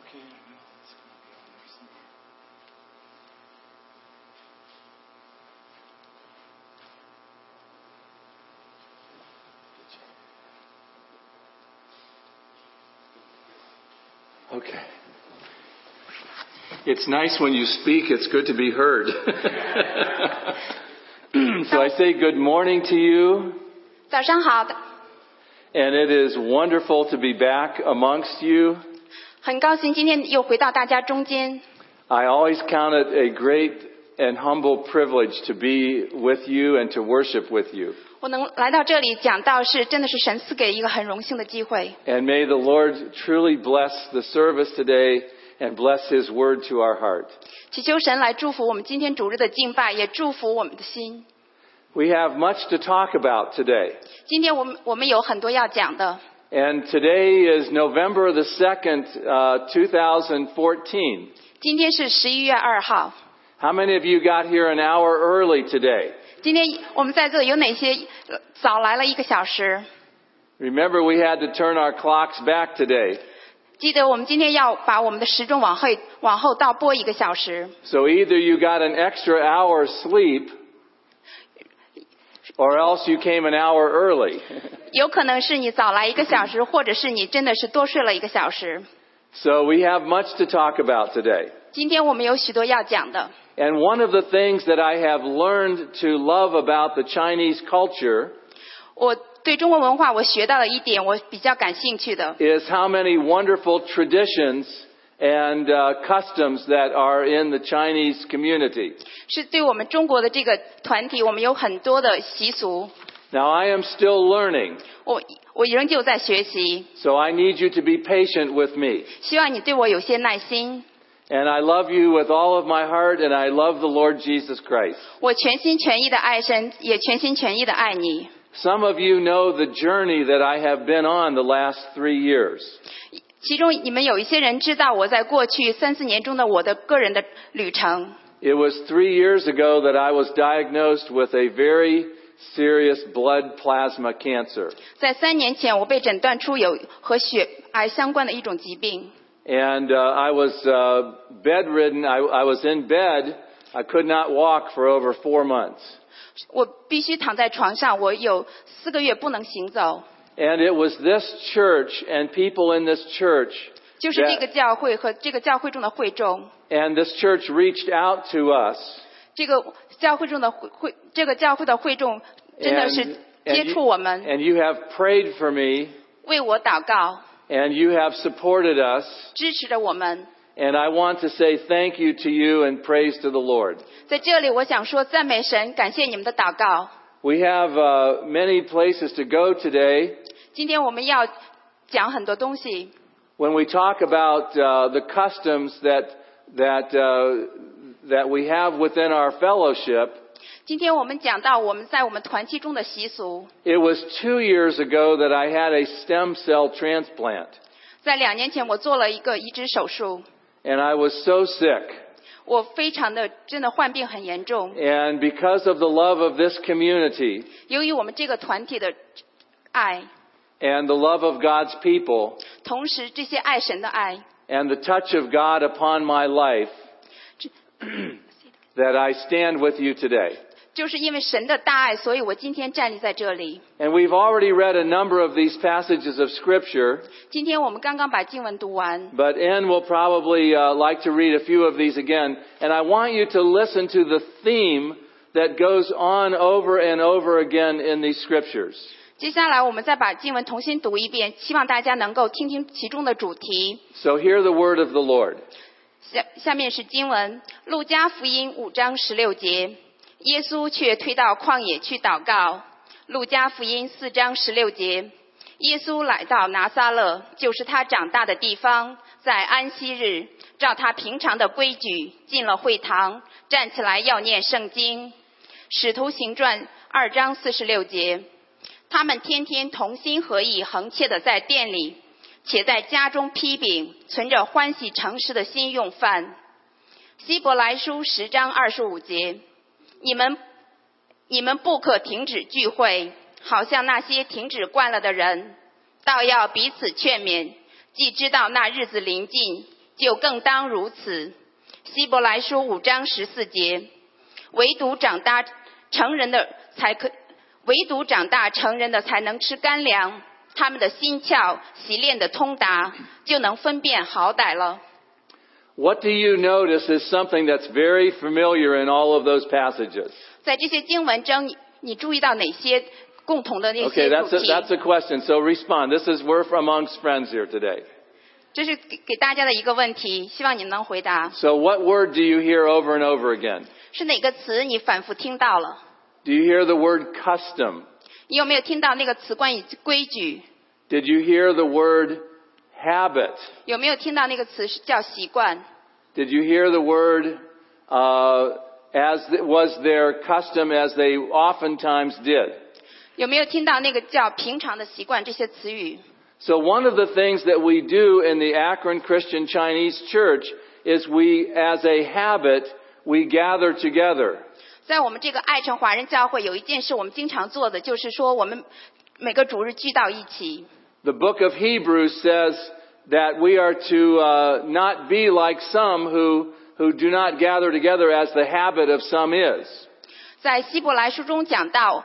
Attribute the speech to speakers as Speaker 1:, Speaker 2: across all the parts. Speaker 1: Okay, it's gonna be on there somewhere. Okay. It's nice when you speak, it's good to be heard. so I say good morning to you,
Speaker 2: 早上好，
Speaker 1: and it is wonderful to be back amongst you.
Speaker 2: 很高兴今天又回到大家中间。
Speaker 1: I always count it a great and humble privilege to be with you and to worship with you.
Speaker 2: 我能来到这里讲道是真的是神赐给一个很荣幸的机会。
Speaker 1: And may the Lord truly bless the service today and bless His word to our heart.
Speaker 2: 祈求神来祝福我们今天主日的敬拜，也祝福我们的心。
Speaker 1: We have much to talk about today.
Speaker 2: 今天我们我们有很多要讲的。
Speaker 1: And today is November the 2nd, uh, 2014.
Speaker 2: 今天是十一月二号。
Speaker 1: How many of you got here an hour early today?
Speaker 2: 今天我们在座有哪些呃早来了一个小时？
Speaker 1: Remember, we had to turn our clocks back today.
Speaker 2: 记得我们今天要把我们的时钟往后往后倒拨一个小时。
Speaker 1: So either you got an extra hour sleep, or else you came an hour early.
Speaker 2: 有可能是你早来一个小时，或者是你真的是多睡了一个小时。
Speaker 1: So we have much to talk about today.
Speaker 2: 今天我们有许多要讲的。
Speaker 1: And one of the things that I have learned to love about the Chinese culture
Speaker 2: 我对中国文化我学到了一点我比较感兴趣的，
Speaker 1: is how many wonderful traditions and uh, customs that are in the Chinese community.
Speaker 2: 是对我们中国的这个团体，我们有很多的习俗，
Speaker 1: Now I am still learning,
Speaker 2: 我我仍旧在学习，
Speaker 1: so I need you to be patient with me.
Speaker 2: 希望你对我有些耐心。
Speaker 1: And I love you with all of my heart, and I love the Lord Jesus Christ.
Speaker 2: 我全心全意的爱神，也全心全意的爱你。
Speaker 1: Some of you know the journey that I have been on the last three years.
Speaker 2: 其中你们有一些人知道我在过去三四年中的我的个人的旅程。
Speaker 1: It was three years ago that I was diagnosed with a very serious blood plasma cancer.
Speaker 2: 在三年前，我被诊断出有和血癌相关的一种疾病，
Speaker 1: And uh, I was uh, bedridden. I, I was in bed. I could not walk for over four months.
Speaker 2: 我必须躺在床上，我有四个月不能行走。
Speaker 1: And it was this church and people in this church,
Speaker 2: 就是这个教会和这个教会中的会众，
Speaker 1: and this church reached out to us.
Speaker 2: 这个教会中的会会，这个教会的会众真的
Speaker 1: And,
Speaker 2: 是接
Speaker 1: and,
Speaker 2: 触我
Speaker 1: you,
Speaker 2: 们，
Speaker 1: and you have prayed for me,
Speaker 2: 为我祷告，
Speaker 1: and you have supported us.
Speaker 2: 支持着我们。
Speaker 1: And I want to say thank you to you and praise to the Lord.
Speaker 2: 在这里，我想说赞美神，感谢你们的祷告。
Speaker 1: We have uh, many places to go today.
Speaker 2: 今天我们要讲很多东西，
Speaker 1: when we talk about uh, the customs that that uh, that we have within our fellowship,
Speaker 2: 今天我们讲到我们在我们团契中的习俗。
Speaker 1: it was two years ago that I had a stem cell transplant,
Speaker 2: 在两年前，我做了一个移植手术，
Speaker 1: and I was so sick.
Speaker 2: 我非常的真的患病很严重。
Speaker 1: And because of the love of this community
Speaker 2: 由于我们这个团体的爱，
Speaker 1: and the love of God's people
Speaker 2: 同时这些爱神的爱，
Speaker 1: and the touch of God upon my life, that I stand with you today.
Speaker 2: 就是因为神的大爱，所以我今天站立在这里。
Speaker 1: And we've already read a number of these passages of Scripture.
Speaker 2: 今天我们刚刚把经文读完，
Speaker 1: But Ann will probably uh, like to read a few of these again. And I want you to listen to the theme that goes on over and over again in these scriptures.
Speaker 2: 接下来我们再把经文重新读一遍，希望大家能够听听其中的主题。
Speaker 1: So hear the word of the Lord.
Speaker 2: 下下面是经文，《路加福音》五章十六节，耶稣却推到旷野去祷告。《路加福音》四章十六节，耶稣来到拿撒勒，就是他长大的地方，在安息日，照他平常的规矩，进了会堂，站起来要念圣经。《使徒行传》二章四十六节，他们天天同心合意，恒切的在店里，且在家中批饼，存着欢喜诚实的心用饭。希伯来书十章二十五节，你们你们不可停止聚会，好像那些停止惯了的人，倒要彼此劝勉。既知道那日子临近，就更当如此。希伯来书五章十四节，唯独长大成人的才可，唯独长大成人的才能吃干粮，他们的心窍习练的通达，就能分辨好歹了。
Speaker 1: What do you notice is something that's very familiar in all of those passages?
Speaker 2: 在这些经文中，你你注意到哪些共同的那
Speaker 1: Okay,
Speaker 2: 些
Speaker 1: that's
Speaker 2: 主
Speaker 1: a,
Speaker 2: 题？
Speaker 1: that's a question. So respond. This is we're amongst friends here today.
Speaker 2: 这是给给大家的一个问题，希望你能回答。
Speaker 1: So what word do you hear over and over again?
Speaker 2: 是哪个词你反复听到了？
Speaker 1: Do you hear the word custom?
Speaker 2: 你有没有听到那个词关于规矩？
Speaker 1: Did you hear the word habit?
Speaker 2: 有没有听到那个词是叫习惯？
Speaker 1: Did you hear the word uh, as th- was their custom as they oftentimes did?
Speaker 2: 有没有听到那个叫平常的习惯这些词语？
Speaker 1: So one of the things that we do in the Akron Christian Chinese Church is we, as a habit, we gather together.
Speaker 2: 在我们这个爱城华人教会，有一件事我们经常做的，就是说我们每个主日聚到一起。
Speaker 1: The book of Hebrews says that we are to uh, not be like some who who do not gather together as the habit of some is.
Speaker 2: 在希伯来书中讲到，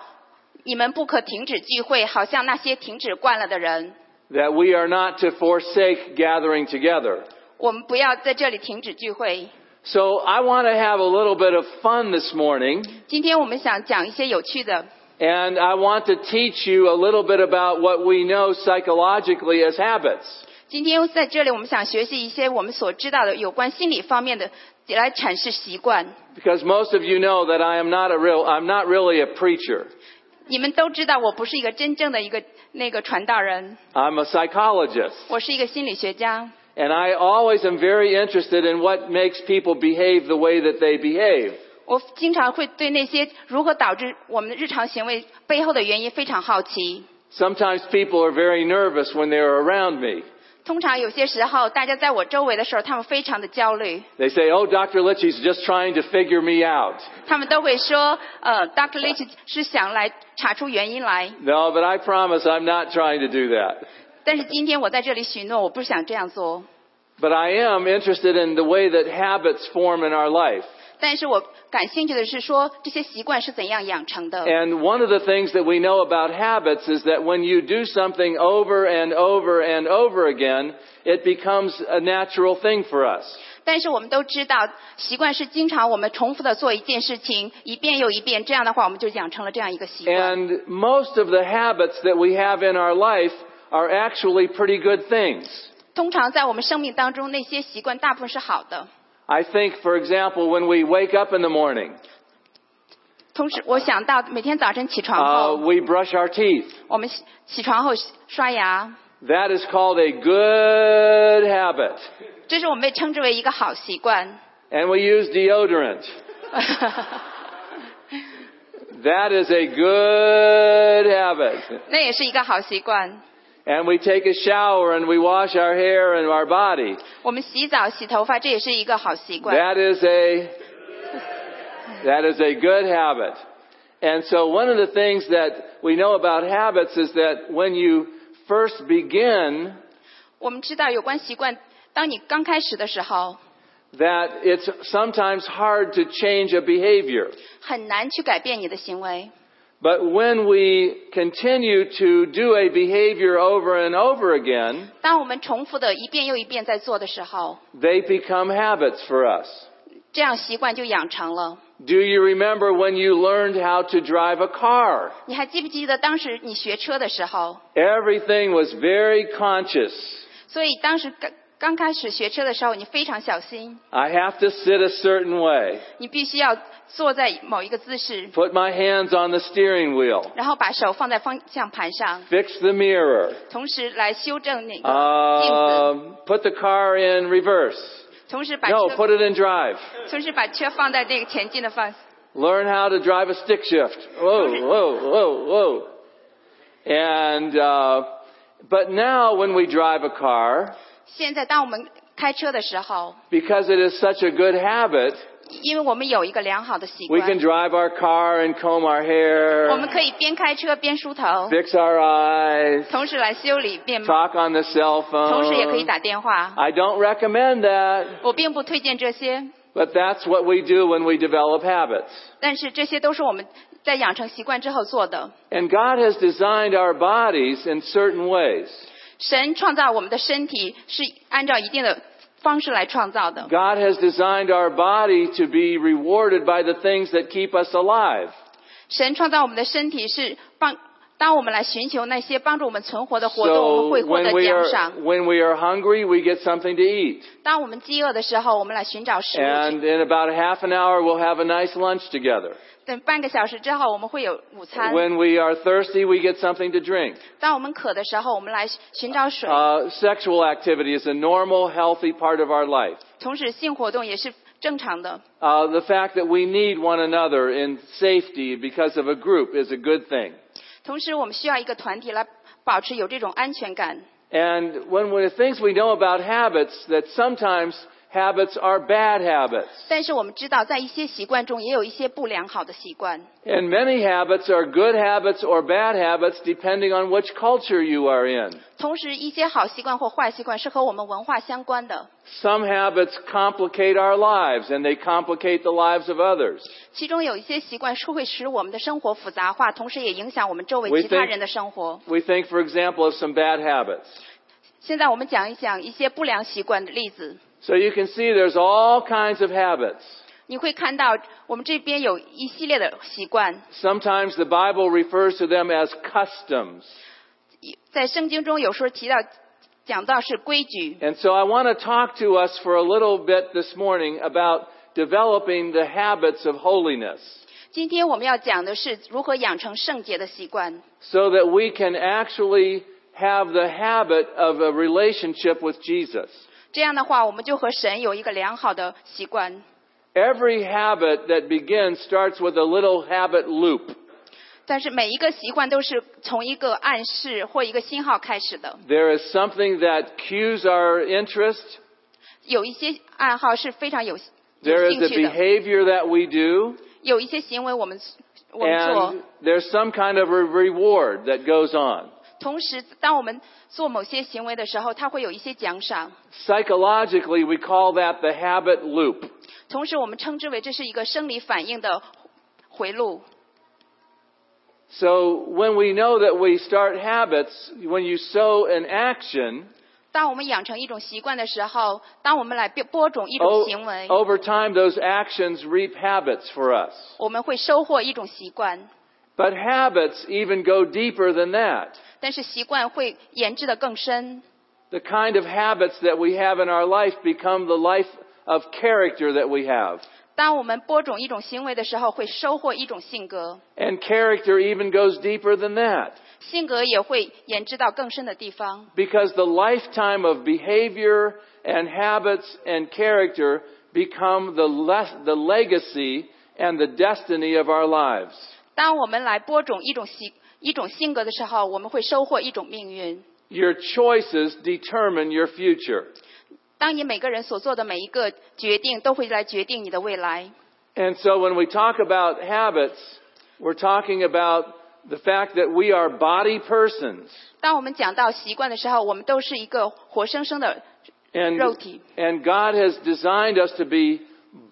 Speaker 2: 你们不可停止聚会，好像那些停止惯了的人。
Speaker 1: That we are not to forsake gathering together.
Speaker 2: 我们不要在这里停止聚会。
Speaker 1: So I want to have a little bit of fun this morning,
Speaker 2: 今天我们想讲一些有趣的，
Speaker 1: and I want to teach you a little bit about what we know psychologically as habits.
Speaker 2: 今天在这里我们想学习一些我们所知道的有关心理方面的，来阐释习惯。
Speaker 1: Because most of you know that I am not a real, I'm not really a preacher.
Speaker 2: 你们都知道我不是一个真正的一个那个传道人，
Speaker 1: I'm a psychologist.
Speaker 2: 我是一个心理学家。
Speaker 1: And I always am very interested in what makes people behave the way that they behave.
Speaker 2: 我经常会对那些如何导致我们的日常行为背后的原因非常好奇。
Speaker 1: Sometimes people are very nervous when they're around me.
Speaker 2: 通常有些时候，大家在我周围的时候，他们非常的焦虑，
Speaker 1: They say, oh, Dr. Litchie's just trying to figure me out.
Speaker 2: 他们都会说：“呃，Dr. Lynch 是想来查出原因来。
Speaker 1: No, but I promise I'm not trying to do that. ”
Speaker 2: 但是今天我在这里许诺，我不想这样做。
Speaker 1: But I am interested in the way that habits form in our life.
Speaker 2: 但是我感兴趣的是说，这些习惯是怎样养成的。
Speaker 1: And one of the things that we know about habits is that when you do something over and over and over again, it becomes a natural thing for us.
Speaker 2: 但是我们都知道，习惯是经常我们重复的做一件事情，一遍又一遍，这样的话我们就养成了这样一个习惯。
Speaker 1: And most of the habits that we have in our life are actually pretty good things.
Speaker 2: 通常在我们生命当中，那些习惯大部分是好的。
Speaker 1: I think, for example, when we wake up in the morning,
Speaker 2: 同时，我想到每天早晨起床
Speaker 1: uh,
Speaker 2: 后，
Speaker 1: we brush our teeth.
Speaker 2: 我们起起床后刷牙，
Speaker 1: That is called a good habit.
Speaker 2: 这是我们被称之为一个好习惯。
Speaker 1: And we use deodorant. That is a good habit.
Speaker 2: 那也是一个好习惯。
Speaker 1: And we take a shower and we wash our hair and our body.
Speaker 2: 我们洗澡、洗头发，这也是一个好习惯。
Speaker 1: That is a that is a good habit. And so one of the things that we know about habits is that when you first begin,
Speaker 2: 我们知道有关习惯，当你刚开始的时候，
Speaker 1: that it's sometimes hard to change a behavior.
Speaker 2: 很难去改变你的行为。
Speaker 1: But when we continue to do a behavior over and over again,
Speaker 2: 当我们重复的一遍又一遍在做的时候，
Speaker 1: they become habits for us.
Speaker 2: 这样习惯就养成了。
Speaker 1: Do you remember when you learned how to drive a car?
Speaker 2: 你还记不记得当时你学车的时候？
Speaker 1: Everything was very conscious.
Speaker 2: 所以当时刚刚开始学车的时候，你非常小心，
Speaker 1: I have to sit a certain way,
Speaker 2: 你必须要坐在某一个姿势，
Speaker 1: put my hands on the steering wheel,
Speaker 2: 然后把手放在方向盘上，
Speaker 1: fix the mirror,
Speaker 2: 同时来修正那个镜
Speaker 1: um, put the car in reverse.
Speaker 2: 子，同时把
Speaker 1: No,
Speaker 2: 车，
Speaker 1: put it in drive.
Speaker 2: 同时把车放在那个前进的方。
Speaker 1: Learn how to drive a stick shift. Whoa, whoa, whoa, whoa. And, uh, but now when we drive a car,
Speaker 2: 现在当我们开车的时候，
Speaker 1: because it is such a good habit,
Speaker 2: 因为我们有一个良好的习
Speaker 1: We
Speaker 2: 惯，
Speaker 1: can drive our car and comb our
Speaker 2: 我们
Speaker 1: hair,
Speaker 2: 可以边开车边梳头，
Speaker 1: fix our eyes,
Speaker 2: 同时来修理面貌，
Speaker 1: talk on the cell
Speaker 2: 同时也可以
Speaker 1: phone.
Speaker 2: 打电话。
Speaker 1: I don't recommend that,
Speaker 2: 我并不推荐这些，
Speaker 1: but that's what we do when we develop habits.
Speaker 2: 但是这些都是我们在养成习惯之后做的。
Speaker 1: And God has designed our bodies in certain ways.
Speaker 2: 神创造我们的身体是按照一定的方式来创造的。
Speaker 1: God has designed our body to be rewarded by the things that keep us alive.
Speaker 2: 神创造我们的身体是帮，当我们来寻求那些帮助我们存活的活动，
Speaker 1: So
Speaker 2: 我们会获得
Speaker 1: when we
Speaker 2: 奖赏
Speaker 1: are。when we are hungry, we get something to eat,
Speaker 2: 当我们饥饿的时候，我们来寻找食物去。
Speaker 1: and in about a half an hour, we'll have a nice lunch together.
Speaker 2: 等半个小时之后，我们会有午餐。
Speaker 1: When we are thirsty, we get something to drink.
Speaker 2: 当我们渴的时候，我们来寻找水。
Speaker 1: Uh, sexual activity is a normal, healthy part of our life.
Speaker 2: 同时，性活动也是正常的。
Speaker 1: Uh, the fact that we need one another in safety because of a group is a good thing.
Speaker 2: 同时，我们需要一个团体来保持有这种安全感。
Speaker 1: And when one of the things we know about habits, that sometimes habits are bad habits.
Speaker 2: 但是我们知道，在一些习惯中也有一些不良好的习惯。
Speaker 1: And many habits are good habits or bad habits depending on which culture you are in.
Speaker 2: 同时，一些好习惯或坏习惯是和我们文化相关的。
Speaker 1: Some habits complicate our lives and they complicate the lives of others.
Speaker 2: 其中有一些习惯是会使我们的生活复杂化，同时也影响我们周围
Speaker 1: We
Speaker 2: 其他
Speaker 1: think-
Speaker 2: 人的生活。
Speaker 1: We think, for example, of some bad habits.
Speaker 2: 现在我们讲一讲一些不良习惯的例子。
Speaker 1: So you can see there's all kinds of habits.
Speaker 2: 你会看到，我们这边有一系列的习惯，
Speaker 1: Sometimes the Bible refers to them as customs.
Speaker 2: 在圣经中有时候提到，讲到是规矩。
Speaker 1: And so I want to talk to us for a little bit this morning about developing the habits of holiness
Speaker 2: 今天我们要讲的是如何养成圣洁的习惯，
Speaker 1: so that we can actually have the habit of a relationship with Jesus.
Speaker 2: 这样的话，我们就和神有一个良好的习惯。
Speaker 1: Every habit that begins starts with a little habit loop.
Speaker 2: 但是每一个习惯都是从一个暗示或一个信号开始的，
Speaker 1: There is something that cues our interest.
Speaker 2: 有一些暗号是非常有有
Speaker 1: There
Speaker 2: 兴
Speaker 1: is a
Speaker 2: 趣的，
Speaker 1: behavior that we do,
Speaker 2: 有一些行为我们我们做
Speaker 1: and。there's some kind of a reward that goes on.
Speaker 2: 同时，当我们做某些行为的时候，它会有一些奖赏。
Speaker 1: Psychologically, we call that the habit loop.
Speaker 2: 同时，我们称之为这是一个生理反应的回路。
Speaker 1: So when we know that we start habits, when you sow an action,
Speaker 2: 当我们养成一种习惯的时候，当我们来播播种一种
Speaker 1: o-
Speaker 2: 行为，
Speaker 1: over time those actions reap habits for us.
Speaker 2: 我们会收获一种习惯。
Speaker 1: But habits even go deeper than that.
Speaker 2: 但是习惯会研制的更深，
Speaker 1: The kind of habits that we have in our life become the life of character that we have.
Speaker 2: 当我们播种一种行为的时候，会收获一种性格，
Speaker 1: And character even goes deeper than that.
Speaker 2: 性格也会研制到更深的地方。
Speaker 1: Because the lifetime of behavior and habits and character become the, le- the legacy and the destiny of our lives.
Speaker 2: 当我们来播种一种习一种性格的时候，我们会收获一种命运。
Speaker 1: Your choices determine your future.
Speaker 2: 当你每个人所做的每一个决定，都会来决定你的未来。
Speaker 1: And so when we talk about habits, we're talking about the fact that we are body persons.
Speaker 2: 当我们讲到习惯的时候，我们都是一个活生生的
Speaker 1: And,
Speaker 2: Roti.
Speaker 1: and God has designed us to be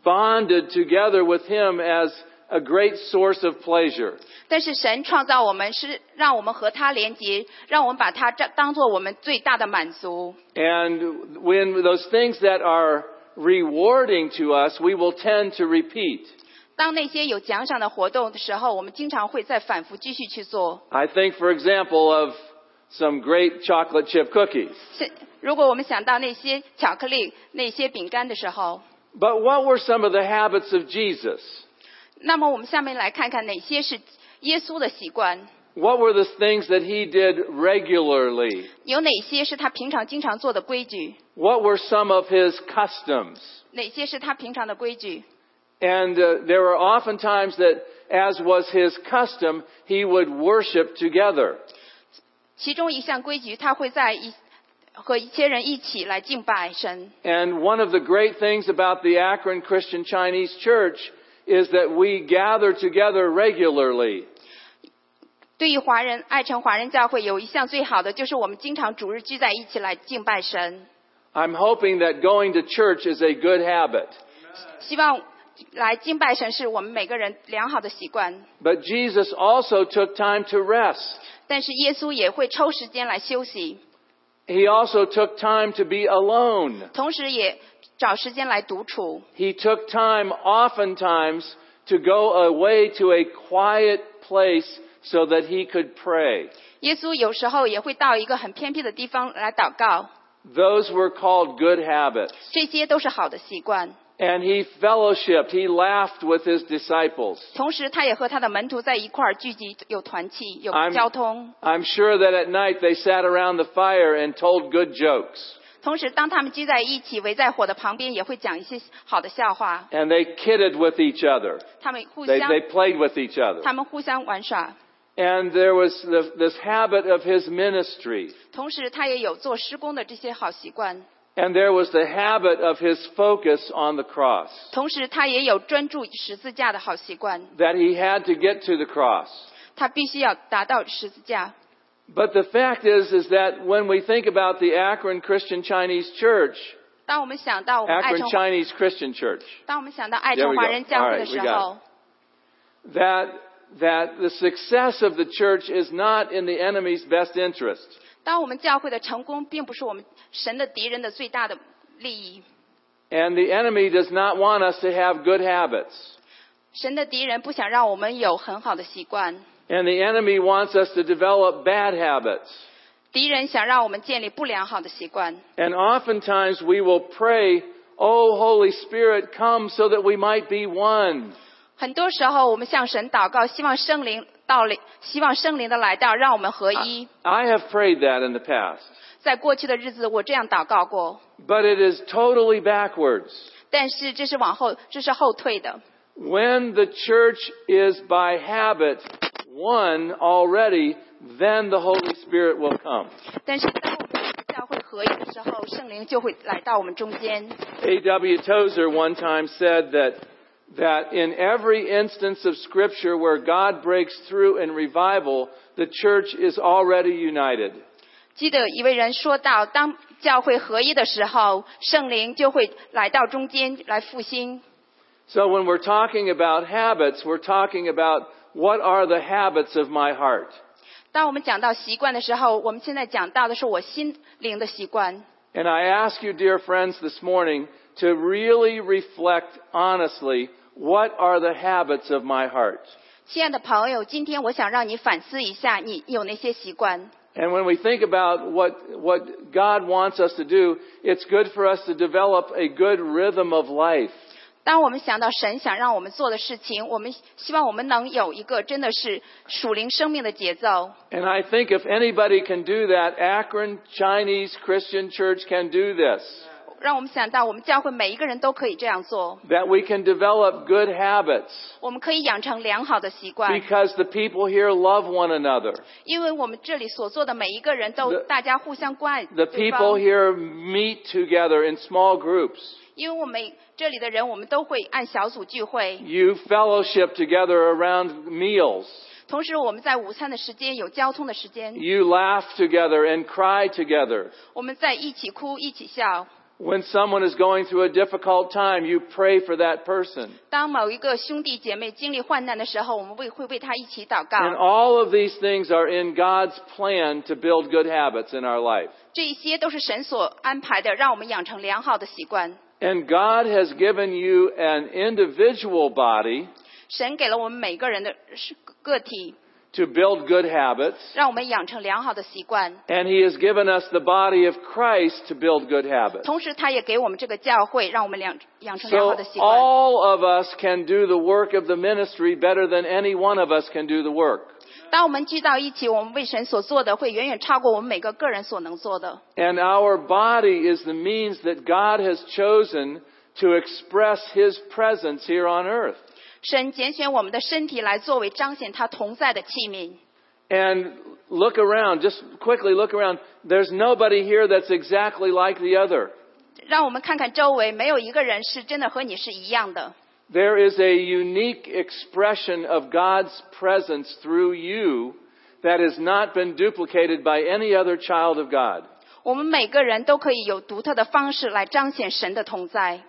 Speaker 1: bonded together with Him as a great source of pleasure.
Speaker 2: 但是神创造我们是让我们和他连结，让我们把它当当做我们最大的满足。
Speaker 1: And when those things that are rewarding to us, we will tend to repeat.
Speaker 2: 当那些有奖赏的活动的时候，我们经常会再反复继续去做。
Speaker 1: I think, for example, of some great chocolate chip cookies.
Speaker 2: 是，如果我们想到那些巧克力、那些饼干的时候，
Speaker 1: But what were some of the habits of Jesus?
Speaker 2: 那么我们下面来看看哪些是耶稣的习惯，
Speaker 1: What were the things that he did regularly?
Speaker 2: 有哪些是他平常经常做的规矩，
Speaker 1: What were some of his customs?
Speaker 2: 哪些是他平常的规矩。
Speaker 1: And uh, there were often times that, as was his custom, he would worship together.
Speaker 2: 其中一项规矩，他会在一和一些人一起来敬拜神。
Speaker 1: And one of the great things about the Akron Christian Chinese Church is that we gather together regularly.
Speaker 2: 对于华人爱城华人教会有一项最好的，就是我们经常主日聚在一起来敬拜神。
Speaker 1: I'm hoping that going to church is a good habit.
Speaker 2: 希望来敬拜神是我们每个人良好的习惯。
Speaker 1: But Jesus also took time to rest.
Speaker 2: 但是耶稣也会抽时间来休息，
Speaker 1: He also took time to be alone.
Speaker 2: 同时也找时间来独处。
Speaker 1: He took time oftentimes to go away to a quiet place so that he could pray.
Speaker 2: 耶稣有时候也会到一个很偏僻的地方来祷告，
Speaker 1: Those were called good habits.
Speaker 2: 这些都是好的习惯。
Speaker 1: And he fellowshipped, he laughed with his disciples.
Speaker 2: 同时，他也和他的门徒在一块儿聚集，有团契，有
Speaker 1: I'm-
Speaker 2: 交通。
Speaker 1: I'm sure that at night they sat around the fire and told good jokes.
Speaker 2: 同时，当他们聚在一起，围在火的旁边，也会讲一些好的笑话。
Speaker 1: And they kidded with each other.
Speaker 2: 他们互
Speaker 1: They,
Speaker 2: 相，
Speaker 1: they played with each other.
Speaker 2: 他们互相玩耍。
Speaker 1: And there was the, this habit of his ministry.
Speaker 2: 同时，他也有做施工的这些好习惯。
Speaker 1: And there was the habit of his focus on the cross.
Speaker 2: 同时，他也有专注十字架的好习惯。
Speaker 1: That he had to get to the cross.
Speaker 2: 他必须要达到十字架。
Speaker 1: But the fact is, is that when we think about the Akron Christian Chinese Church,
Speaker 2: 当我们想到我们爱
Speaker 1: Akron
Speaker 2: 城，
Speaker 1: Chinese Christian Church,
Speaker 2: 当我们想到爱
Speaker 1: There we
Speaker 2: 城
Speaker 1: go.
Speaker 2: 华人教会的
Speaker 1: All right, we
Speaker 2: 时
Speaker 1: got it.
Speaker 2: 候，
Speaker 1: that, that the success of the church is not in the enemy's best interest.
Speaker 2: 当我们教会的成功，并不是我们神的敌人的最大的利益。
Speaker 1: And the enemy does not want us to have good habits.
Speaker 2: 神的敌人不想让我们有很好的习惯，
Speaker 1: And the enemy wants us to develop bad habits.
Speaker 2: 敌人想让我们建立不良好的习惯。
Speaker 1: And oftentimes we will pray, Oh, Holy Spirit, come so that we might be one.
Speaker 2: 很多时候，我们向神祷告，希望圣灵到来，希望圣灵的来到，让我们合一。
Speaker 1: I have prayed that in the past,
Speaker 2: 在过去的日子，我这样祷告过，
Speaker 1: but it is totally backwards.
Speaker 2: 但是这是往后，这是后退的。
Speaker 1: When the church is by habit one already, then the Holy Spirit will come.
Speaker 2: 但是当我们与教会合一的时候，圣灵就会来到我们中间。
Speaker 1: A.W. Tozer one time said that, that in every instance of Scripture where God breaks through in revival, the church is already united.
Speaker 2: 记得一位人说到，当教会合一的时候，圣灵就会来到中间来复兴。
Speaker 1: So when we're talking about habits, we're talking about what are the habits of my heart?
Speaker 2: 当我们讲到习惯的时候，我们现在讲到的是我心灵的习惯。
Speaker 1: And I ask you, dear friends, this morning to really reflect honestly what are the habits of my heart?
Speaker 2: 亲爱的朋友，今天我想让你反思一下，你有哪些习惯？
Speaker 1: And when we think about what, what God wants us to do, it's good for us to develop a good rhythm of life.
Speaker 2: 当我们想到神想让我们做的事情，我们希望我们能有一个真的是属灵生命的节奏。
Speaker 1: And I think if anybody can do that, Akron Chinese Christian Church can do this.
Speaker 2: 让我们想到，我们教会每一个人都可以这样做，
Speaker 1: That we can develop good habits.
Speaker 2: 我们可以养成良好的习惯，
Speaker 1: Because the people here love one another.
Speaker 2: 因为我们这里所做的每一个人都
Speaker 1: The-
Speaker 2: 大家互相关爱
Speaker 1: The
Speaker 2: 对
Speaker 1: people
Speaker 2: 方，
Speaker 1: here meet together in small groups.
Speaker 2: 因为我们这里的人，我们都会按小组聚会，
Speaker 1: You fellowship together around meals.
Speaker 2: 同时我们在午餐的时间有交通的时间，
Speaker 1: You laugh together and cry together.
Speaker 2: 我们在一起哭一起笑。
Speaker 1: When someone is going through a difficult time, you pray for that person.
Speaker 2: 当某一个兄弟姐妹经历患难的时候，我们为会为他一起祷
Speaker 1: And
Speaker 2: 告，
Speaker 1: all of these things are in God's plan to build good habits in our life.
Speaker 2: 这一些都是神所安排的，让我们养成良好的习惯。
Speaker 1: And God has given you an individual body
Speaker 2: 神给了我们每个人的是个体，
Speaker 1: to build good habits.
Speaker 2: 让我们养成良好的习惯。
Speaker 1: And he has given us the body of Christ to build good habits.
Speaker 2: 同时，他也给我们这个教会，让我们养养成良
Speaker 1: So
Speaker 2: 好的习惯。
Speaker 1: all of us can do the work of the ministry better than any one of us can do the work.
Speaker 2: 当我们聚到一起，我们为神所做的会远远超过我们每个个人所能做的。
Speaker 1: And our body is the means that God has chosen to express his presence here on earth.
Speaker 2: 神拣选我们的身体来作为彰显他同在的器皿，
Speaker 1: and look around, just quickly look around. There's nobody here that's exactly like the other.
Speaker 2: 让我们看看周围，没有一个人是真的和你是一样的。
Speaker 1: There is a unique expression of God's presence through you that has not been duplicated by any other child of God.
Speaker 2: 我们每个人都可以有独特的方式来彰显神的同在。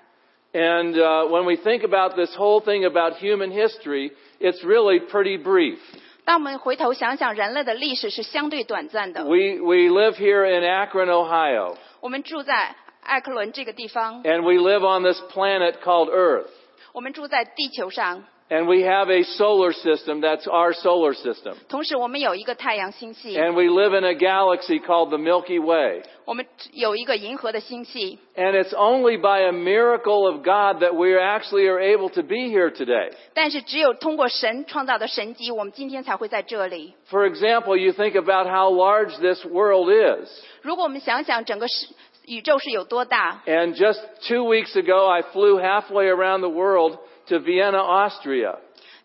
Speaker 1: And uh, when we think about this whole thing about human history, it's really pretty brief.
Speaker 2: 当我们回头想想，人类的历史是相对短暂的。
Speaker 1: We, we live here in Akron, Ohio,
Speaker 2: 我们住在艾克伦这个地方，
Speaker 1: and we live on this planet called Earth.
Speaker 2: 我们住在地球上，
Speaker 1: And we have a solar system that's our solar system.
Speaker 2: 同时我们有一个太阳星系，
Speaker 1: And we live in a galaxy called the Milky Way.
Speaker 2: 我们有一个银河的星系。
Speaker 1: And it's only by a miracle of God that we actually are able to be here today.
Speaker 2: 但是只有通过神创造的神迹，我们今天才会在这里。
Speaker 1: For example, you think about how large this world is.
Speaker 2: 如果我们想想整个世宇宙是有多大，
Speaker 1: And just two weeks ago, I flew halfway around the world to Vienna, Austria.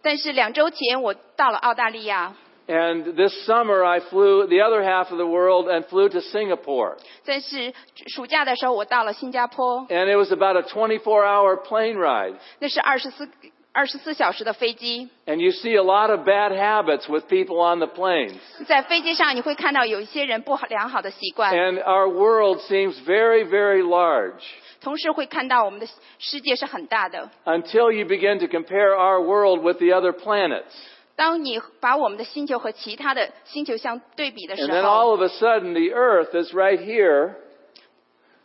Speaker 2: 但是两周前我到了澳大利亚，
Speaker 1: And this summer, I flew the other half of the world and flew to Singapore.
Speaker 2: 但是暑假的时候我到了新加坡，
Speaker 1: And it was about a 24 hour plane ride.
Speaker 2: 那是二十四二十四小时的飞机，
Speaker 1: And you see a lot of bad habits with people on the planes.
Speaker 2: 在飞机上你会看到有一些人不好良好的习惯，
Speaker 1: And our world seems very, very large
Speaker 2: 同时会看到我们的世界是很大的。
Speaker 1: until you begin to compare our world with the other planets.
Speaker 2: 当你把我们的星球和其他的星球相对比的
Speaker 1: And
Speaker 2: 时
Speaker 1: then
Speaker 2: 候，
Speaker 1: all of a sudden, the Earth is right here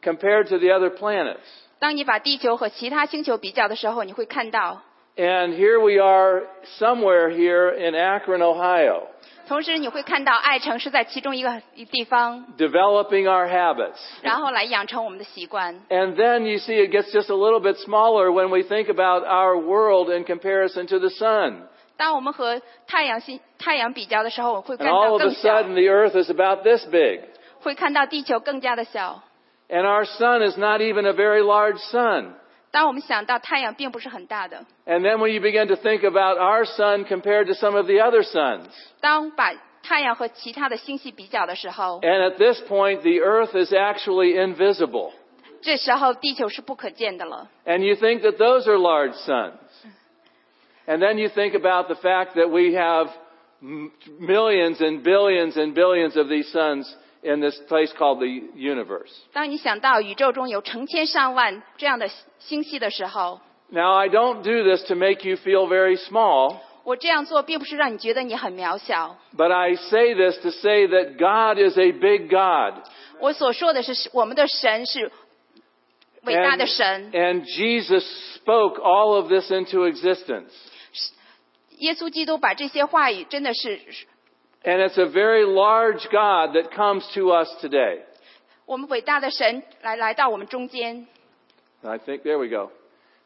Speaker 1: compared to the other planets.
Speaker 2: 当你把地球和其他星球比较的时候，你会看到，
Speaker 1: And here we are somewhere here in Akron, Ohio,
Speaker 2: 同时你会看到爱城是在其中一个地 方，
Speaker 1: developing our habits.
Speaker 2: 然后来养成我们的习惯。
Speaker 1: And then you see it gets just a little bit smaller when we think about our world in comparison to the sun.
Speaker 2: 当我们和太阳系太阳比较的时候，我会
Speaker 1: And
Speaker 2: 看
Speaker 1: all
Speaker 2: 到
Speaker 1: of
Speaker 2: 更
Speaker 1: a
Speaker 2: 小，
Speaker 1: sudden the earth is about this big.
Speaker 2: 会看到地球更加的小。
Speaker 1: And our sun is not even a very large sun.
Speaker 2: 当我们想到太阳并不是很大的，
Speaker 1: And then when you begin to think about our sun compared to some of the other suns.
Speaker 2: 当把太阳和其他的星系比较的时候，
Speaker 1: And at this point the earth is actually invisible.
Speaker 2: 这时候地球是不可见的了。
Speaker 1: And you think that those are large suns. And then you think about the fact that we have m- millions and billions and billions of these suns in this place called the universe.
Speaker 2: 当你想到宇宙中有成千上万这样的星系的时候，
Speaker 1: Now, I don't do this to make you feel very small,
Speaker 2: 我这样做并不是让你觉得你很渺小，
Speaker 1: but I say this to say that God is a big God.
Speaker 2: 我所说的是我们的神是伟大的
Speaker 1: And,
Speaker 2: 神，
Speaker 1: and Jesus spoke all of this into existence.
Speaker 2: 耶稣基督把这些话语真的是
Speaker 1: And it's a very large God that comes to us today.
Speaker 2: 我们伟大的神来来到我们中间。
Speaker 1: I think, there we go.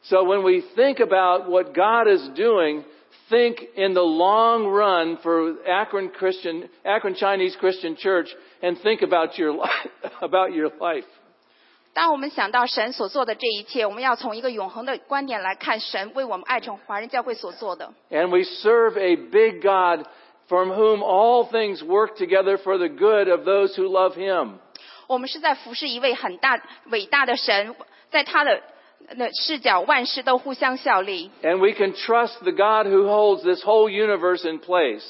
Speaker 1: So when we think about what God is doing, think in the long run for Akron Christian, Akron Chinese Christian Church and think about your, li- about your life.
Speaker 2: 当我们想到神所做的这一切，我们要从一个永恒的观点来看神为我们爱城华人教会所做的。
Speaker 1: And we serve a big God from whom all things work together for the good of those who love Him.
Speaker 2: 我们是在服侍一位很大伟大的神，在他的那视角，万事都互相效力。
Speaker 1: And we can trust the God who holds this whole universe in place.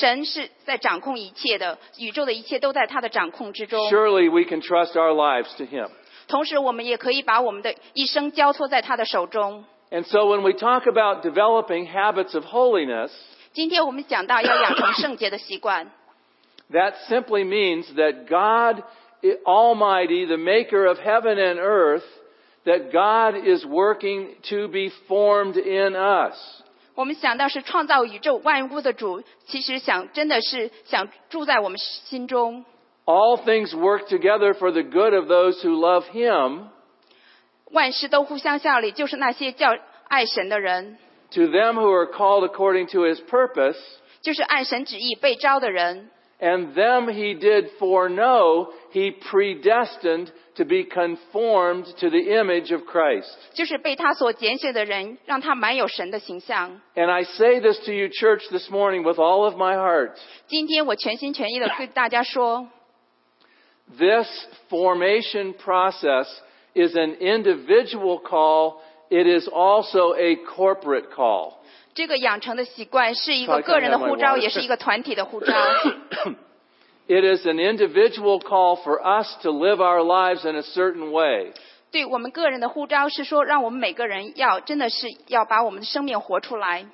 Speaker 2: 神是在掌控一切的，宇宙的一切都在他的掌控之中。
Speaker 1: Surely we can trust our lives to Him.
Speaker 2: 同时，我们也可以把我们的一生交托在他的手中。
Speaker 1: And so when we talk about developing habits of holiness,
Speaker 2: 今天我们讲到要养成圣洁的习惯，
Speaker 1: That simply means that God Almighty, the maker of heaven and earth, that God is working to be formed in us.
Speaker 2: 我们想到是创造宇宙万物的主，其实想真的是想住在我们心中。
Speaker 1: All things work together for the good of those who love Him.
Speaker 2: 万事都互相效力，就是那些叫爱神的人，
Speaker 1: To them who are called according to His purpose,
Speaker 2: 就是按神旨意被招的人。
Speaker 1: and them He did foreknow, He predestined to be conformed to the image of Christ.
Speaker 2: 就是被他所拣选的人，让他满有神的形象。
Speaker 1: And I say this to you, church, this morning with all of my heart.
Speaker 2: 今天我全心全意的对大家说，
Speaker 1: This formation process is an individual call. It is also a corporate call.
Speaker 2: 这个养成的习惯是一个
Speaker 1: Sorry,
Speaker 2: 个人的
Speaker 1: I can't have my
Speaker 2: 呼召，
Speaker 1: water.
Speaker 2: 也是一个团体的呼召。
Speaker 1: It is an individual call for us to live our lives in a certain way.
Speaker 2: 对我们个人的呼召是说，让我们每个人要真的是要把我们的生命活出来，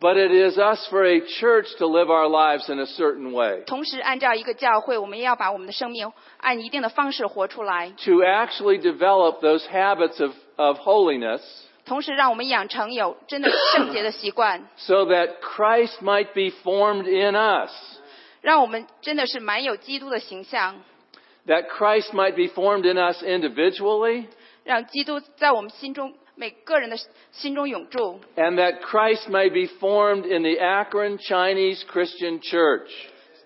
Speaker 1: But it is us for a church to live our lives in a certain way.
Speaker 2: 同时按照一个教会，我们也要把我们的生命按一定的方式活出来，
Speaker 1: To actually develop those habits of, of holiness
Speaker 2: 同时让我们养成有真的圣洁的习惯，
Speaker 1: so that Christ might be formed in us.
Speaker 2: 让我们真的是满有基督的形象，
Speaker 1: That Christ might be formed in us individually
Speaker 2: 让基督在我们心中每个人的心中永驻，
Speaker 1: and that Christ may be formed in the Akron Chinese Christian Church.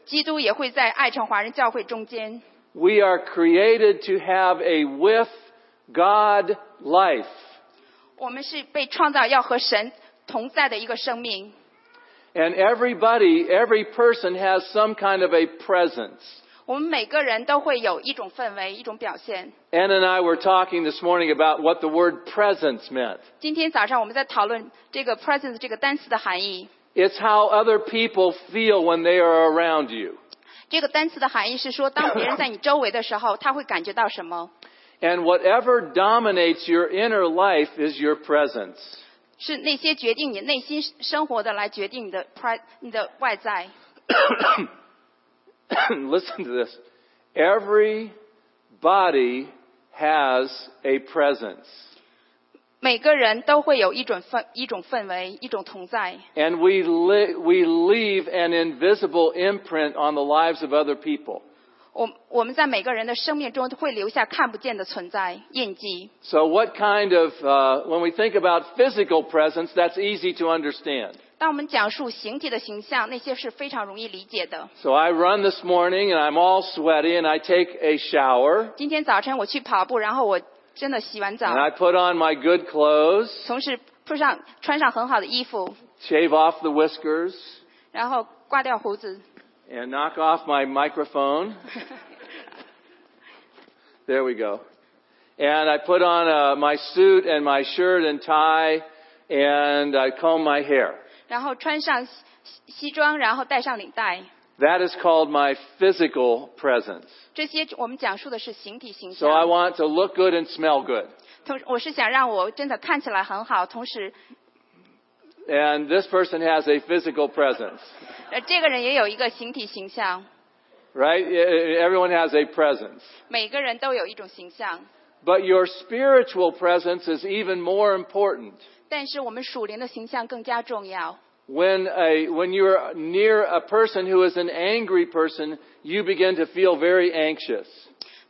Speaker 2: 基督也会在爱城华人教会中间。
Speaker 1: We are created to have a with God life.
Speaker 2: 我们是被创造要和神同在的一个生命，
Speaker 1: And everybody, every person has some kind of a presence.
Speaker 2: 我们每个人都会有一种氛围，一种表现。
Speaker 1: Ann and I were talking this morning about what the word presence meant.
Speaker 2: 今天早上我们在讨论这个 presence 这个单词的含义。
Speaker 1: It's how other people feel when they are around you.
Speaker 2: 这个单词的含义是说，当别人在你周围的时候，他会感觉到什么？
Speaker 1: And whatever dominates your inner life is your presence.
Speaker 2: 是那些决定你内心生活的来决定你的 pre 你的外在。
Speaker 1: Listen to this. Every body has a presence.
Speaker 2: 每个人都会有一种氛一种氛围，一种同在。
Speaker 1: And we, li- we leave an invisible imprint on the lives of other people.
Speaker 2: 我我们在每个人的生命中都会留下看不见的存在印记。
Speaker 1: So what kind of, uh, when we think about physical presence, that's easy to understand.
Speaker 2: 当我们讲述形体的形象，那些是非常容易理解的。
Speaker 1: So I run this morning and I'm all sweaty and I take a shower
Speaker 2: 今天早晨我去跑步，然后我真的洗完澡
Speaker 1: and，I put on my good clothes,
Speaker 2: 同时铺上穿上很好的衣服，
Speaker 1: shave off the whiskers,
Speaker 2: 然后刮掉胡子，
Speaker 1: and knock off my microphone. there we go. And I put on uh, my suit and my shirt and tie and I comb my hair.
Speaker 2: 然后穿上西西装，然后戴上领带。
Speaker 1: That is called my physical presence.
Speaker 2: 这些我们讲述的是形体形
Speaker 1: So I
Speaker 2: 象。
Speaker 1: want to look good and smell good.
Speaker 2: 同我是想让我真的看起来很好，同时，
Speaker 1: And this person has a physical presence,
Speaker 2: 呃，这个人也有一个形体形象，
Speaker 1: right? E- Everyone has a presence.
Speaker 2: 每个人都有一种形象。
Speaker 1: But your spiritual presence is even more important.
Speaker 2: 但是我们属灵的形象更加重要。
Speaker 1: When, a, when you're near a person who is an angry person, you begin to feel very anxious.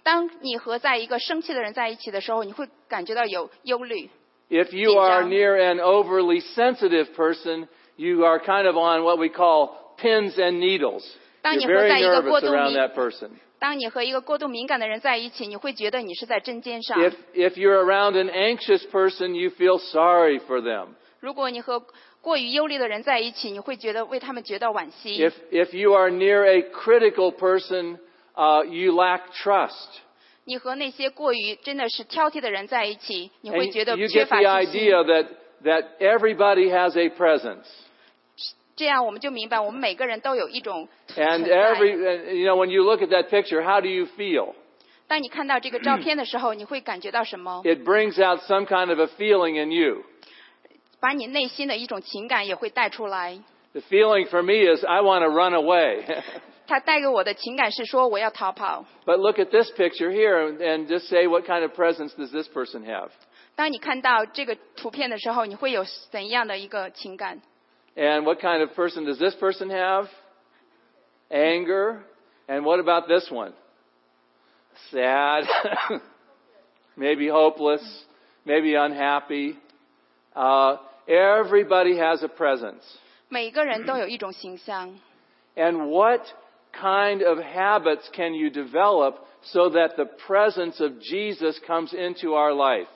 Speaker 2: 当你和在一个生气的人在一起的时候，你会感觉到有忧虑。
Speaker 1: If you are near an overly sensitive person, you are kind of on what we call pins and needles. You're very nervous around that person.
Speaker 2: 当你和一个过度敏感的人在一起，你会觉得你是在针尖上。
Speaker 1: If, if you're around an anxious person, you feel sorry for them.
Speaker 2: 如果你和过于忧虑的人在一起，你会觉得为他们觉得惋惜。
Speaker 1: If, if you are near a critical person, uh, you lack trust.
Speaker 2: 你和那些过于真的是挑剔的人在一起，你
Speaker 1: And
Speaker 2: 会
Speaker 1: you
Speaker 2: 觉得
Speaker 1: you
Speaker 2: 缺
Speaker 1: get
Speaker 2: 乏
Speaker 1: the
Speaker 2: 信心。
Speaker 1: idea that, that everybody has a presence.
Speaker 2: 这样我们就明白，我们每个人都有一种存
Speaker 1: And
Speaker 2: 在。
Speaker 1: every, and, you know, when you look at that picture, how do you feel?
Speaker 2: 当你看到这个照片的时候，你会感觉到什么？
Speaker 1: It brings out some kind of a feeling in you.
Speaker 2: 把你内心的一种情感也会带出来。
Speaker 1: The feeling for me is I want to run away.
Speaker 2: 它带给我的情感是说我要逃跑。
Speaker 1: but look at this picture here and, and just say what kind of presence does this person have?
Speaker 2: 当你看到这个图片的时候，你会有怎样的一个情感？
Speaker 1: And what kind of person does this person have? Anger. And what about this one? Sad. maybe hopeless. Maybe unhappy. Uh, everybody has a presence.
Speaker 2: 每个人都有一种形象。
Speaker 1: And what kind of habits can you develop so that the presence of Jesus comes into our life.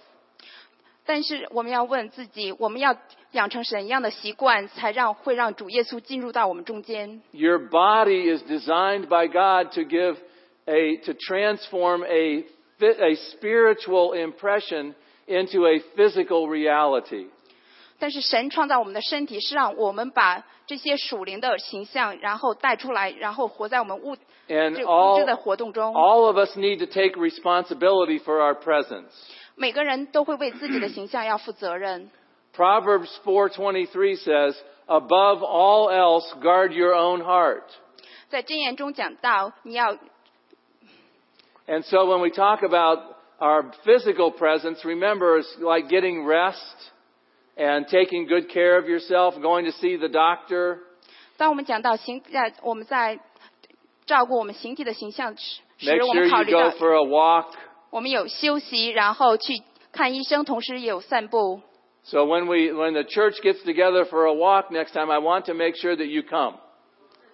Speaker 2: 但是我们要问自己，我们要养成什么样的习惯，才让会让主耶稣进入到我们中间？
Speaker 1: Your body is designed by God to give a, to transform a, fit, a spiritual impression into a physical reality.
Speaker 2: 但是神创造我们的身体，是让我们把这些属灵的形象，然后带出来，然后活在我们物
Speaker 1: And
Speaker 2: 这物
Speaker 1: all,
Speaker 2: 质的活动中。
Speaker 1: all of us need to take responsibility for our presence.
Speaker 2: 每个人都会为自己的形象要负责任。
Speaker 1: Proverbs 4:23 says, "Above all else, guard your own heart."
Speaker 2: 在箴言中讲到，你要
Speaker 1: And so when we talk about our physical presence, remember it's like getting rest and taking good care of yourself, going to see the doctor,
Speaker 2: 当我们讲到形在我们在照顾我们形体的形象时，
Speaker 1: make
Speaker 2: 使我
Speaker 1: sure
Speaker 2: 们考
Speaker 1: you
Speaker 2: 虑到
Speaker 1: go for a walk.
Speaker 2: 我们有休息，然后去看医生，同时也有散步。
Speaker 1: So when we when the church gets together for a walk next time, I want to make sure that you come.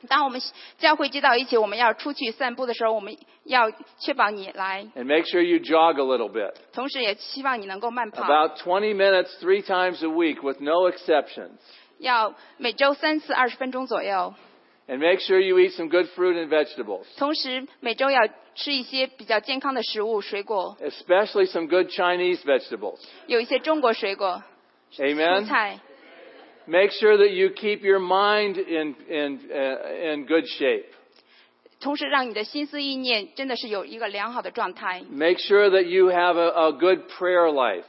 Speaker 2: 当我们教会聚到一起，我们要出去散步的时候，我们要确保你来，
Speaker 1: And make sure you jog a little bit.
Speaker 2: 同时也希望你能够慢跑。
Speaker 1: About 20 minutes 3 times a week with no exceptions.
Speaker 2: 要每周三次二十分钟左右，
Speaker 1: And make sure you eat some good fruit and vegetables.
Speaker 2: 同时每周要吃一些比较健康的食物、水果，
Speaker 1: especially some good Chinese vegetables.
Speaker 2: 有一些中国水果、蔬
Speaker 1: Amen.
Speaker 2: 菜。
Speaker 1: Make sure that you keep your mind in in uh, in good shape.
Speaker 2: 同时让你的心思意念真的是有一个良好的状态，
Speaker 1: Make sure that you have a, a good prayer life.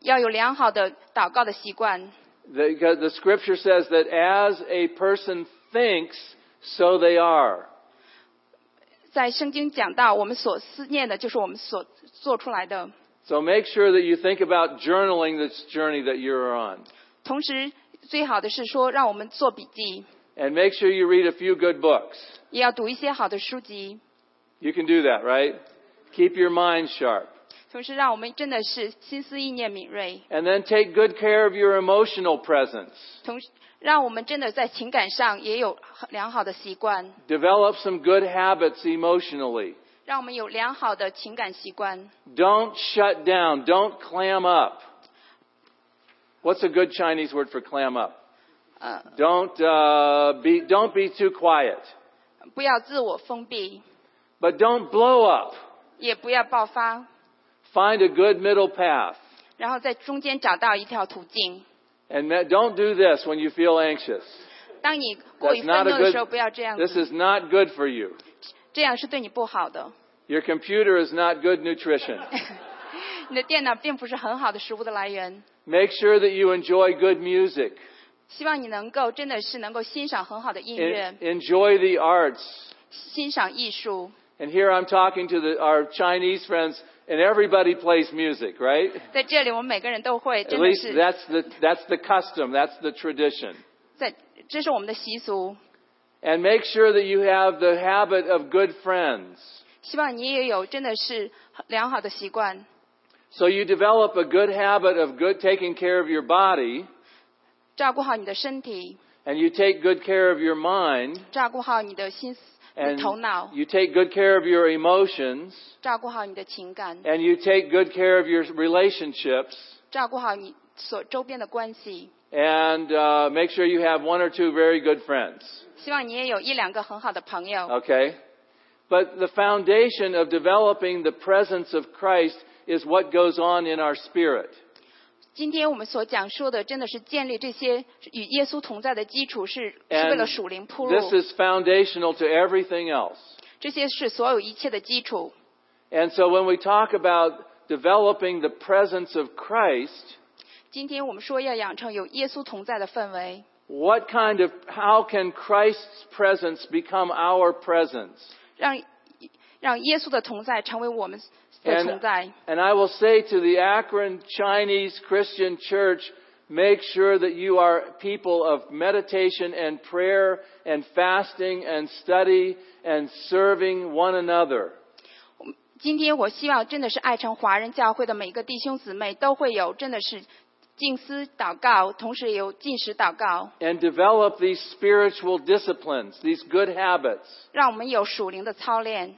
Speaker 2: 要有良好的祷告的习惯。
Speaker 1: The, because the scripture says that as a person thinks, so they are.
Speaker 2: 在圣经讲到，我们所思念的就是我们所做出来的。
Speaker 1: So make sure that you think about journaling this journey that you're on.
Speaker 2: 同时，最好的是说，让我们做笔记，
Speaker 1: And make sure you read a few good books.
Speaker 2: 也要读一些好的书籍。
Speaker 1: You can do that, right? Keep your mind sharp.
Speaker 2: 同时，让我们真的是心思意念敏锐，
Speaker 1: And then take good care of your emotional presence.
Speaker 2: 同时让我们真的在情感上也有良好的习惯，
Speaker 1: Develop some good habits emotionally.
Speaker 2: 让我们有良好的情感习惯。
Speaker 1: Don't shut down. Don't clam up. What's a good Chinese word for clam up?
Speaker 2: 呃，
Speaker 1: Don't uh, be don't be too quiet,
Speaker 2: 不要自我封闭，
Speaker 1: but don't blow up.
Speaker 2: 也不要爆发，
Speaker 1: Find a good middle path,
Speaker 2: 然后在中间找到一条途径。
Speaker 1: and that- don't do this when you feel anxious.
Speaker 2: 当你过于
Speaker 1: That's
Speaker 2: 愤
Speaker 1: not
Speaker 2: 怒
Speaker 1: a
Speaker 2: 的时候，
Speaker 1: good.
Speaker 2: 不要这样
Speaker 1: This
Speaker 2: 子，
Speaker 1: is not good for you.
Speaker 2: 这样是对你不好的。
Speaker 1: Your computer is not good nutrition.
Speaker 2: 你的电脑并不是很好的食物的来源。
Speaker 1: Make sure that you enjoy good music.
Speaker 2: 希望你能够真的是能够欣赏很好的音
Speaker 1: En-
Speaker 2: 乐，
Speaker 1: enjoy the arts.
Speaker 2: 欣赏艺术。
Speaker 1: And here I'm talking to the, our Chinese friends, and everybody plays music, right?
Speaker 2: 在这里，我们每个人都会，
Speaker 1: At
Speaker 2: 真的
Speaker 1: least
Speaker 2: 是
Speaker 1: that's the, that's the custom, that's the tradition.
Speaker 2: 在，这是我们的习俗。
Speaker 1: And make sure that you have the habit of good friends.
Speaker 2: 希望你也有真的是良好的习惯，
Speaker 1: So you develop a good habit of good taking care of your body,
Speaker 2: 照顾好你的身体，
Speaker 1: and you take good care of your mind,
Speaker 2: 照顾好你的心思、
Speaker 1: and
Speaker 2: 头脑，
Speaker 1: you take good care of your emotions,
Speaker 2: 照顾好你的情感，
Speaker 1: and you take good care of your relationships,
Speaker 2: 照顾好你所周边的关系。
Speaker 1: and uh, make sure you have one or two very good friends.
Speaker 2: 希望你也有一两个很好的朋友。
Speaker 1: Okay? But the foundation of developing the presence of Christ is what goes on in our spirit.
Speaker 2: 今天我们所讲述的，真的是建立这些与耶稣同在的基础，是是为
Speaker 1: And
Speaker 2: 了属灵铺
Speaker 1: this
Speaker 2: 路，
Speaker 1: is foundational to everything else.
Speaker 2: 这些是所有一切的基础。
Speaker 1: And so when we talk about developing the presence of Christ,
Speaker 2: 今天我们说要养成有耶稣同在的氛围，
Speaker 1: what kind of, how can Christ's presence become our presence?
Speaker 2: 让让耶稣的同在成为我们的
Speaker 1: And,
Speaker 2: 同在。
Speaker 1: and I will say to the Akron Chinese Christian Church, make sure that you are people of meditation and prayer and fasting and study and serving one another.
Speaker 2: 今天我希望真的是爱城华人教会的每一个弟兄姊妹都会有真的是静思祷告，同时也有进食祷告，
Speaker 1: And develop these spiritual disciplines, these good habits.
Speaker 2: 让我们有属灵的操练。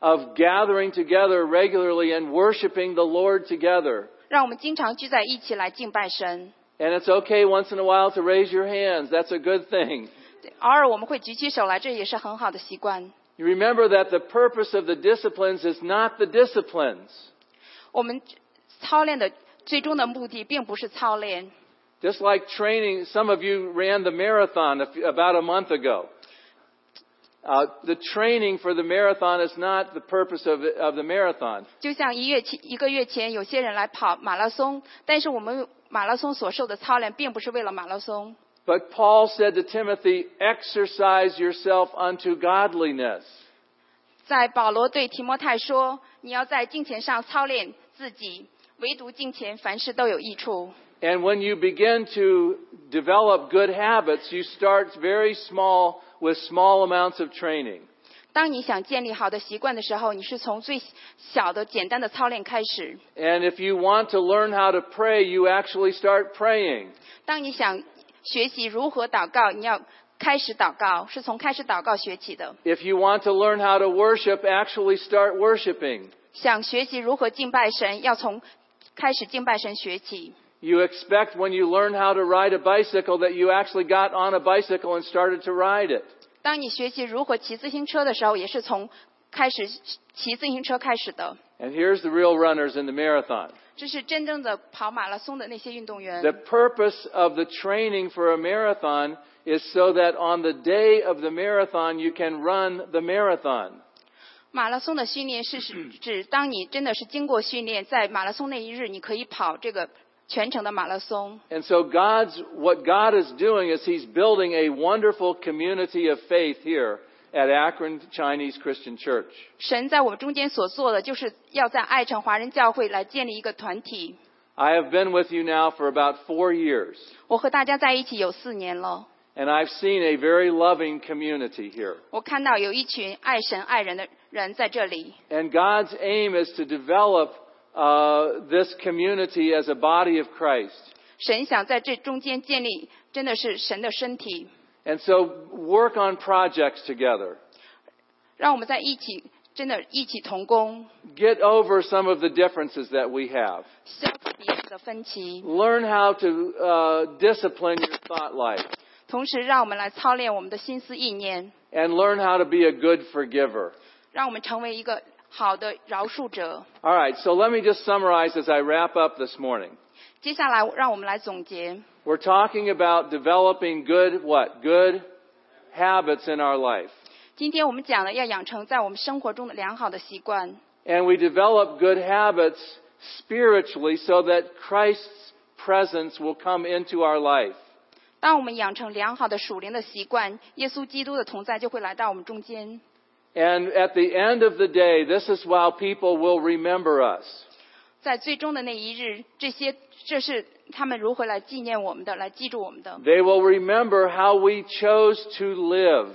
Speaker 1: of gathering together regularly and worshiping the Lord together.
Speaker 2: 让我们经常聚在一起来敬拜神。
Speaker 1: And it's okay once in a while to raise your hands. That's a good thing.
Speaker 2: 对偶尔我们会举起手来，这也是很好的习惯。
Speaker 1: You remember that the purpose of the disciplines is not the disciplines.
Speaker 2: 我们操练的最终的目的并不是操练，
Speaker 1: Just like training, some of you ran the marathon a f- about a month ago. Uh, the training for the marathon is not the purpose of, of the marathon.
Speaker 2: 就像一月前一个月前有些人来跑马拉松，但是我们马拉松所受的操练并不是为了马拉松。
Speaker 1: But Paul said to Timothy, exercise yourself unto godliness.
Speaker 2: 在保罗对提摩太说：“你要在敬虔上操练自己，唯独敬虔凡事都有益处。
Speaker 1: And when you begin to develop good habits, you start very small with small amounts of training.
Speaker 2: 当你想建立好的习惯的时候，你是从最小的简单的操练开始。
Speaker 1: And if you want to learn how to pray, you actually start praying.
Speaker 2: 当你想学习如何祷告，你要开始祷告，是从开始祷告学起的。
Speaker 1: If you want to learn how to worship, actually start worshiping.
Speaker 2: 想学习如何敬拜神，要从开始敬拜神学起。
Speaker 1: You expect when you learn how to ride a bicycle that you actually got on a bicycle and started to ride it.
Speaker 2: 当你学习如何骑自行车的时候，也是从开始骑自行车开始的。
Speaker 1: And here's the real runners in the marathon.
Speaker 2: 这是真正的跑马拉松的那些运动员。
Speaker 1: The purpose of the training for a marathon is so that on the day of the marathon you can run the marathon.
Speaker 2: 马拉松的训练是指指当你真的是经过训练，在马拉松那一日，你可以跑这个全程的马拉松。
Speaker 1: And so God's what God is doing is he's building a wonderful community of faith here at Akron Chinese Christian Church.
Speaker 2: 神在我们中间所做的，就是要在爱城华人教会来建立一个团体。
Speaker 1: I have been with you now for about 4 years
Speaker 2: 我和大家在一起有四年了，
Speaker 1: and I've seen a very loving community here.
Speaker 2: 我看到有一群爱神爱人的人在这里。
Speaker 1: And God's aim is to develop uh, this community as a body of Christ.
Speaker 2: 神想在这中间建立，真的是神的身体，
Speaker 1: And so work on projects together.
Speaker 2: 让我们在一起，真的一起同工，
Speaker 1: Get over some of the differences that we have.
Speaker 2: 消除彼此的分歧，
Speaker 1: Learn how to uh, discipline your thought life
Speaker 2: 同时让我们来操练我们的心思意念，
Speaker 1: and learn how to be a good forgiver.
Speaker 2: 让我们成为一个好的饶恕者。
Speaker 1: All right, so let me just summarize as I wrap up this morning.
Speaker 2: 接下来，让我们来总结，
Speaker 1: We're talking about developing good what? Good habits in our life.
Speaker 2: 今天我们讲了要养成在我们生活中的良好的习惯，
Speaker 1: And we develop good habits spiritually so that Christ's presence will come into our life.
Speaker 2: 当我们养成良好的属灵的习惯，耶稣基督的同在就会来到我们中间。
Speaker 1: And at the end of the day, this is why people will remember us.
Speaker 2: 在最终的那一日，这些这是他们如何来纪念我们的，来记住我们的。
Speaker 1: They will remember how we chose to live.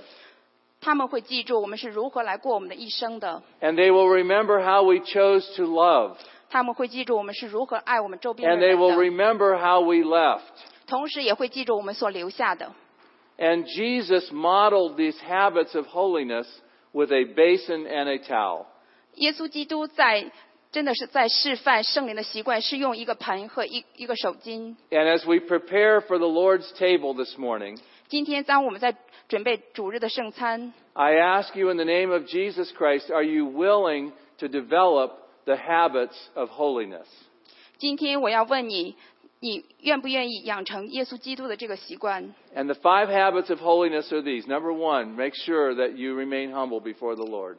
Speaker 2: 他们会记住我们是如何来过我们的一生的，
Speaker 1: And they will remember how we chose to love.
Speaker 2: 他们会记住我们是如何爱我们周边的
Speaker 1: And they
Speaker 2: 人
Speaker 1: will
Speaker 2: 的，
Speaker 1: remember how we left.
Speaker 2: 同时也会记住我们所留下的。
Speaker 1: And Jesus modeled these habits of holiness with a basin and a towel.
Speaker 2: 耶稣基督在真的是在示范圣灵的习惯，是用一个盆和一一个手巾。
Speaker 1: And as we prepare for the Lord's table this morning,
Speaker 2: 今天当我们在准备主日的圣餐，
Speaker 1: I ask you in the name of Jesus Christ, are you willing to develop the habits of holiness?
Speaker 2: 今天我要问你，你愿不愿意养成耶稣基督的这个习惯？
Speaker 1: And the five habits of holiness are these. Number one, make sure that you remain humble before the Lord.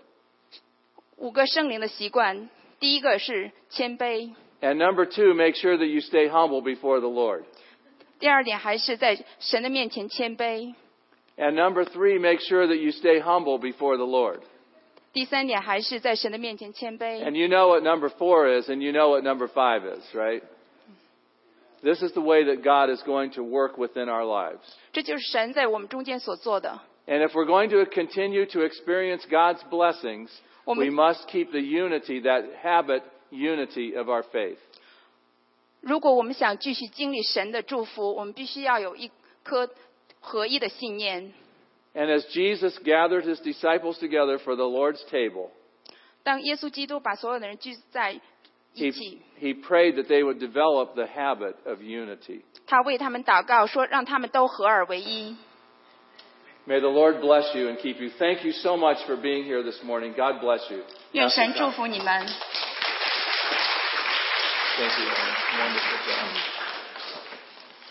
Speaker 2: 五个圣灵的习惯，第一个是谦卑，
Speaker 1: And number two, make sure that you stay humble before the Lord.
Speaker 2: 第二点还是在神的面前谦卑，
Speaker 1: And number three, make sure that you stay humble before the Lord.
Speaker 2: 第三点还是在神的面前谦卑。
Speaker 1: And you know what number four is, and you know what number five is, right? This is the way that God is going to work within our lives.
Speaker 2: 这就是神在我们中间所做的。
Speaker 1: And if we're going to continue to experience God's blessings,
Speaker 2: Well,
Speaker 1: we
Speaker 2: Mr.
Speaker 1: must keep the unity, that habit unity of our faith.
Speaker 2: 如果我们想继续经历神的祝福，我们必须要有一颗合一的信念。
Speaker 1: And as Jesus gathered his disciples together for the Lord's table,
Speaker 2: 当耶稣基督把所有的人聚在一
Speaker 1: He,
Speaker 2: 起，
Speaker 1: he prayed that they would develop the habit of unity.
Speaker 2: 他为他们祷告，说让他们都合二为一。
Speaker 1: May the Lord bless you and keep you. Thank you so much for being here this morning. God bless you.
Speaker 2: 愿
Speaker 1: Pastor
Speaker 2: 神
Speaker 1: John.
Speaker 2: 祝福你们。
Speaker 1: Thank you. Wonderful job.